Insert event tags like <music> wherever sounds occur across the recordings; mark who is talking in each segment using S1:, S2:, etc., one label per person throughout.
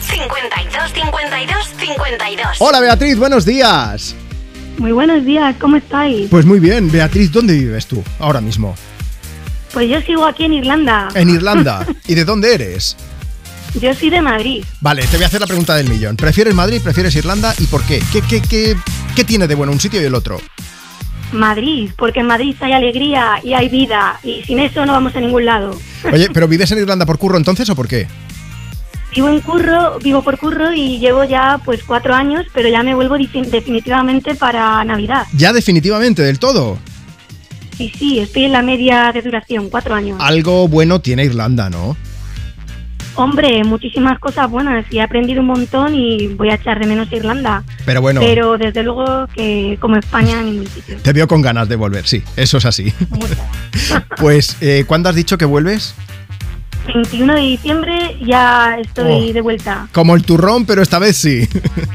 S1: 52 52 52.
S2: Hola Beatriz, buenos días.
S3: Muy buenos días, ¿cómo estáis?
S2: Pues muy bien, Beatriz, ¿dónde vives tú ahora mismo?
S3: Pues yo sigo aquí en Irlanda.
S2: En Irlanda. ¿Y de dónde eres?
S3: Yo soy de Madrid.
S2: Vale, te voy a hacer la pregunta del millón. ¿Prefieres Madrid, prefieres Irlanda y por qué? ¿Qué, qué, qué, qué tiene de bueno un sitio y el otro?
S3: Madrid, porque en Madrid hay alegría y hay vida y sin eso no vamos a ningún lado.
S2: Oye, ¿pero vives en Irlanda por curro entonces o por qué?
S3: Vivo en curro, vivo por curro y llevo ya pues cuatro años, pero ya me vuelvo difi- definitivamente para Navidad.
S2: Ya definitivamente, del todo.
S3: Y sí, estoy en la media de duración, cuatro años.
S2: Algo bueno tiene Irlanda, ¿no?
S3: Hombre, muchísimas cosas buenas y he aprendido un montón y voy a echar de menos Irlanda.
S2: Pero bueno,
S3: Pero desde luego que como España en ningún sitio.
S2: te veo con ganas de volver, sí, eso es así.
S3: Muchas.
S2: <laughs> Pues, eh, ¿cuándo has dicho que vuelves?
S3: 21 de diciembre ya estoy
S2: Oh.
S3: de vuelta.
S2: Como el turrón, pero esta vez sí. <laughs>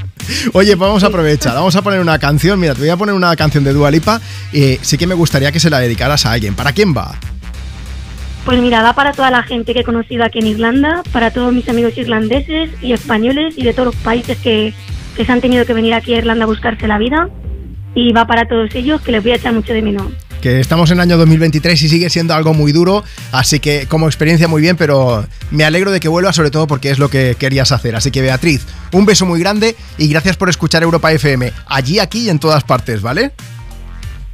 S2: Oye, pues vamos a aprovechar, vamos a poner una canción. Mira, te voy a poner una canción de Dua Lipa. eh, sí que me gustaría que se la dedicaras a alguien. ¿Para quién va?
S3: Pues mira, va para toda la gente que he conocido aquí en Irlanda, para todos mis amigos irlandeses y españoles y de todos los países que, que se han tenido que venir aquí a Irlanda a buscarse la vida. Y va para todos ellos, que les voy a echar mucho de menos.
S2: Que estamos en año 2023 y sigue siendo algo muy duro, así que como experiencia muy bien, pero me alegro de que vuelvas sobre todo porque es lo que querías hacer. Así que Beatriz, un beso muy grande y gracias por escuchar Europa FM, allí, aquí y en todas partes, ¿vale?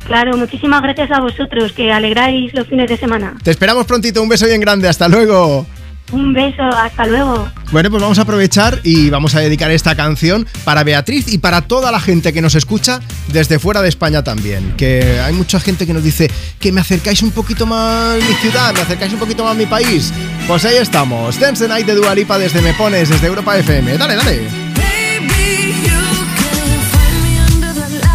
S3: Claro, muchísimas gracias a vosotros, que alegráis los fines de semana.
S2: Te esperamos prontito, un beso bien grande, hasta luego.
S3: Un beso, hasta luego.
S2: Bueno, pues vamos a aprovechar y vamos a dedicar esta canción para Beatriz y para toda la gente que nos escucha desde fuera de España también. Que hay mucha gente que nos dice que me acercáis un poquito más a mi ciudad, me acercáis un poquito más a mi país. Pues ahí estamos, Dance the Night de Dualipa desde Me Pones, desde Europa FM. Dale, dale.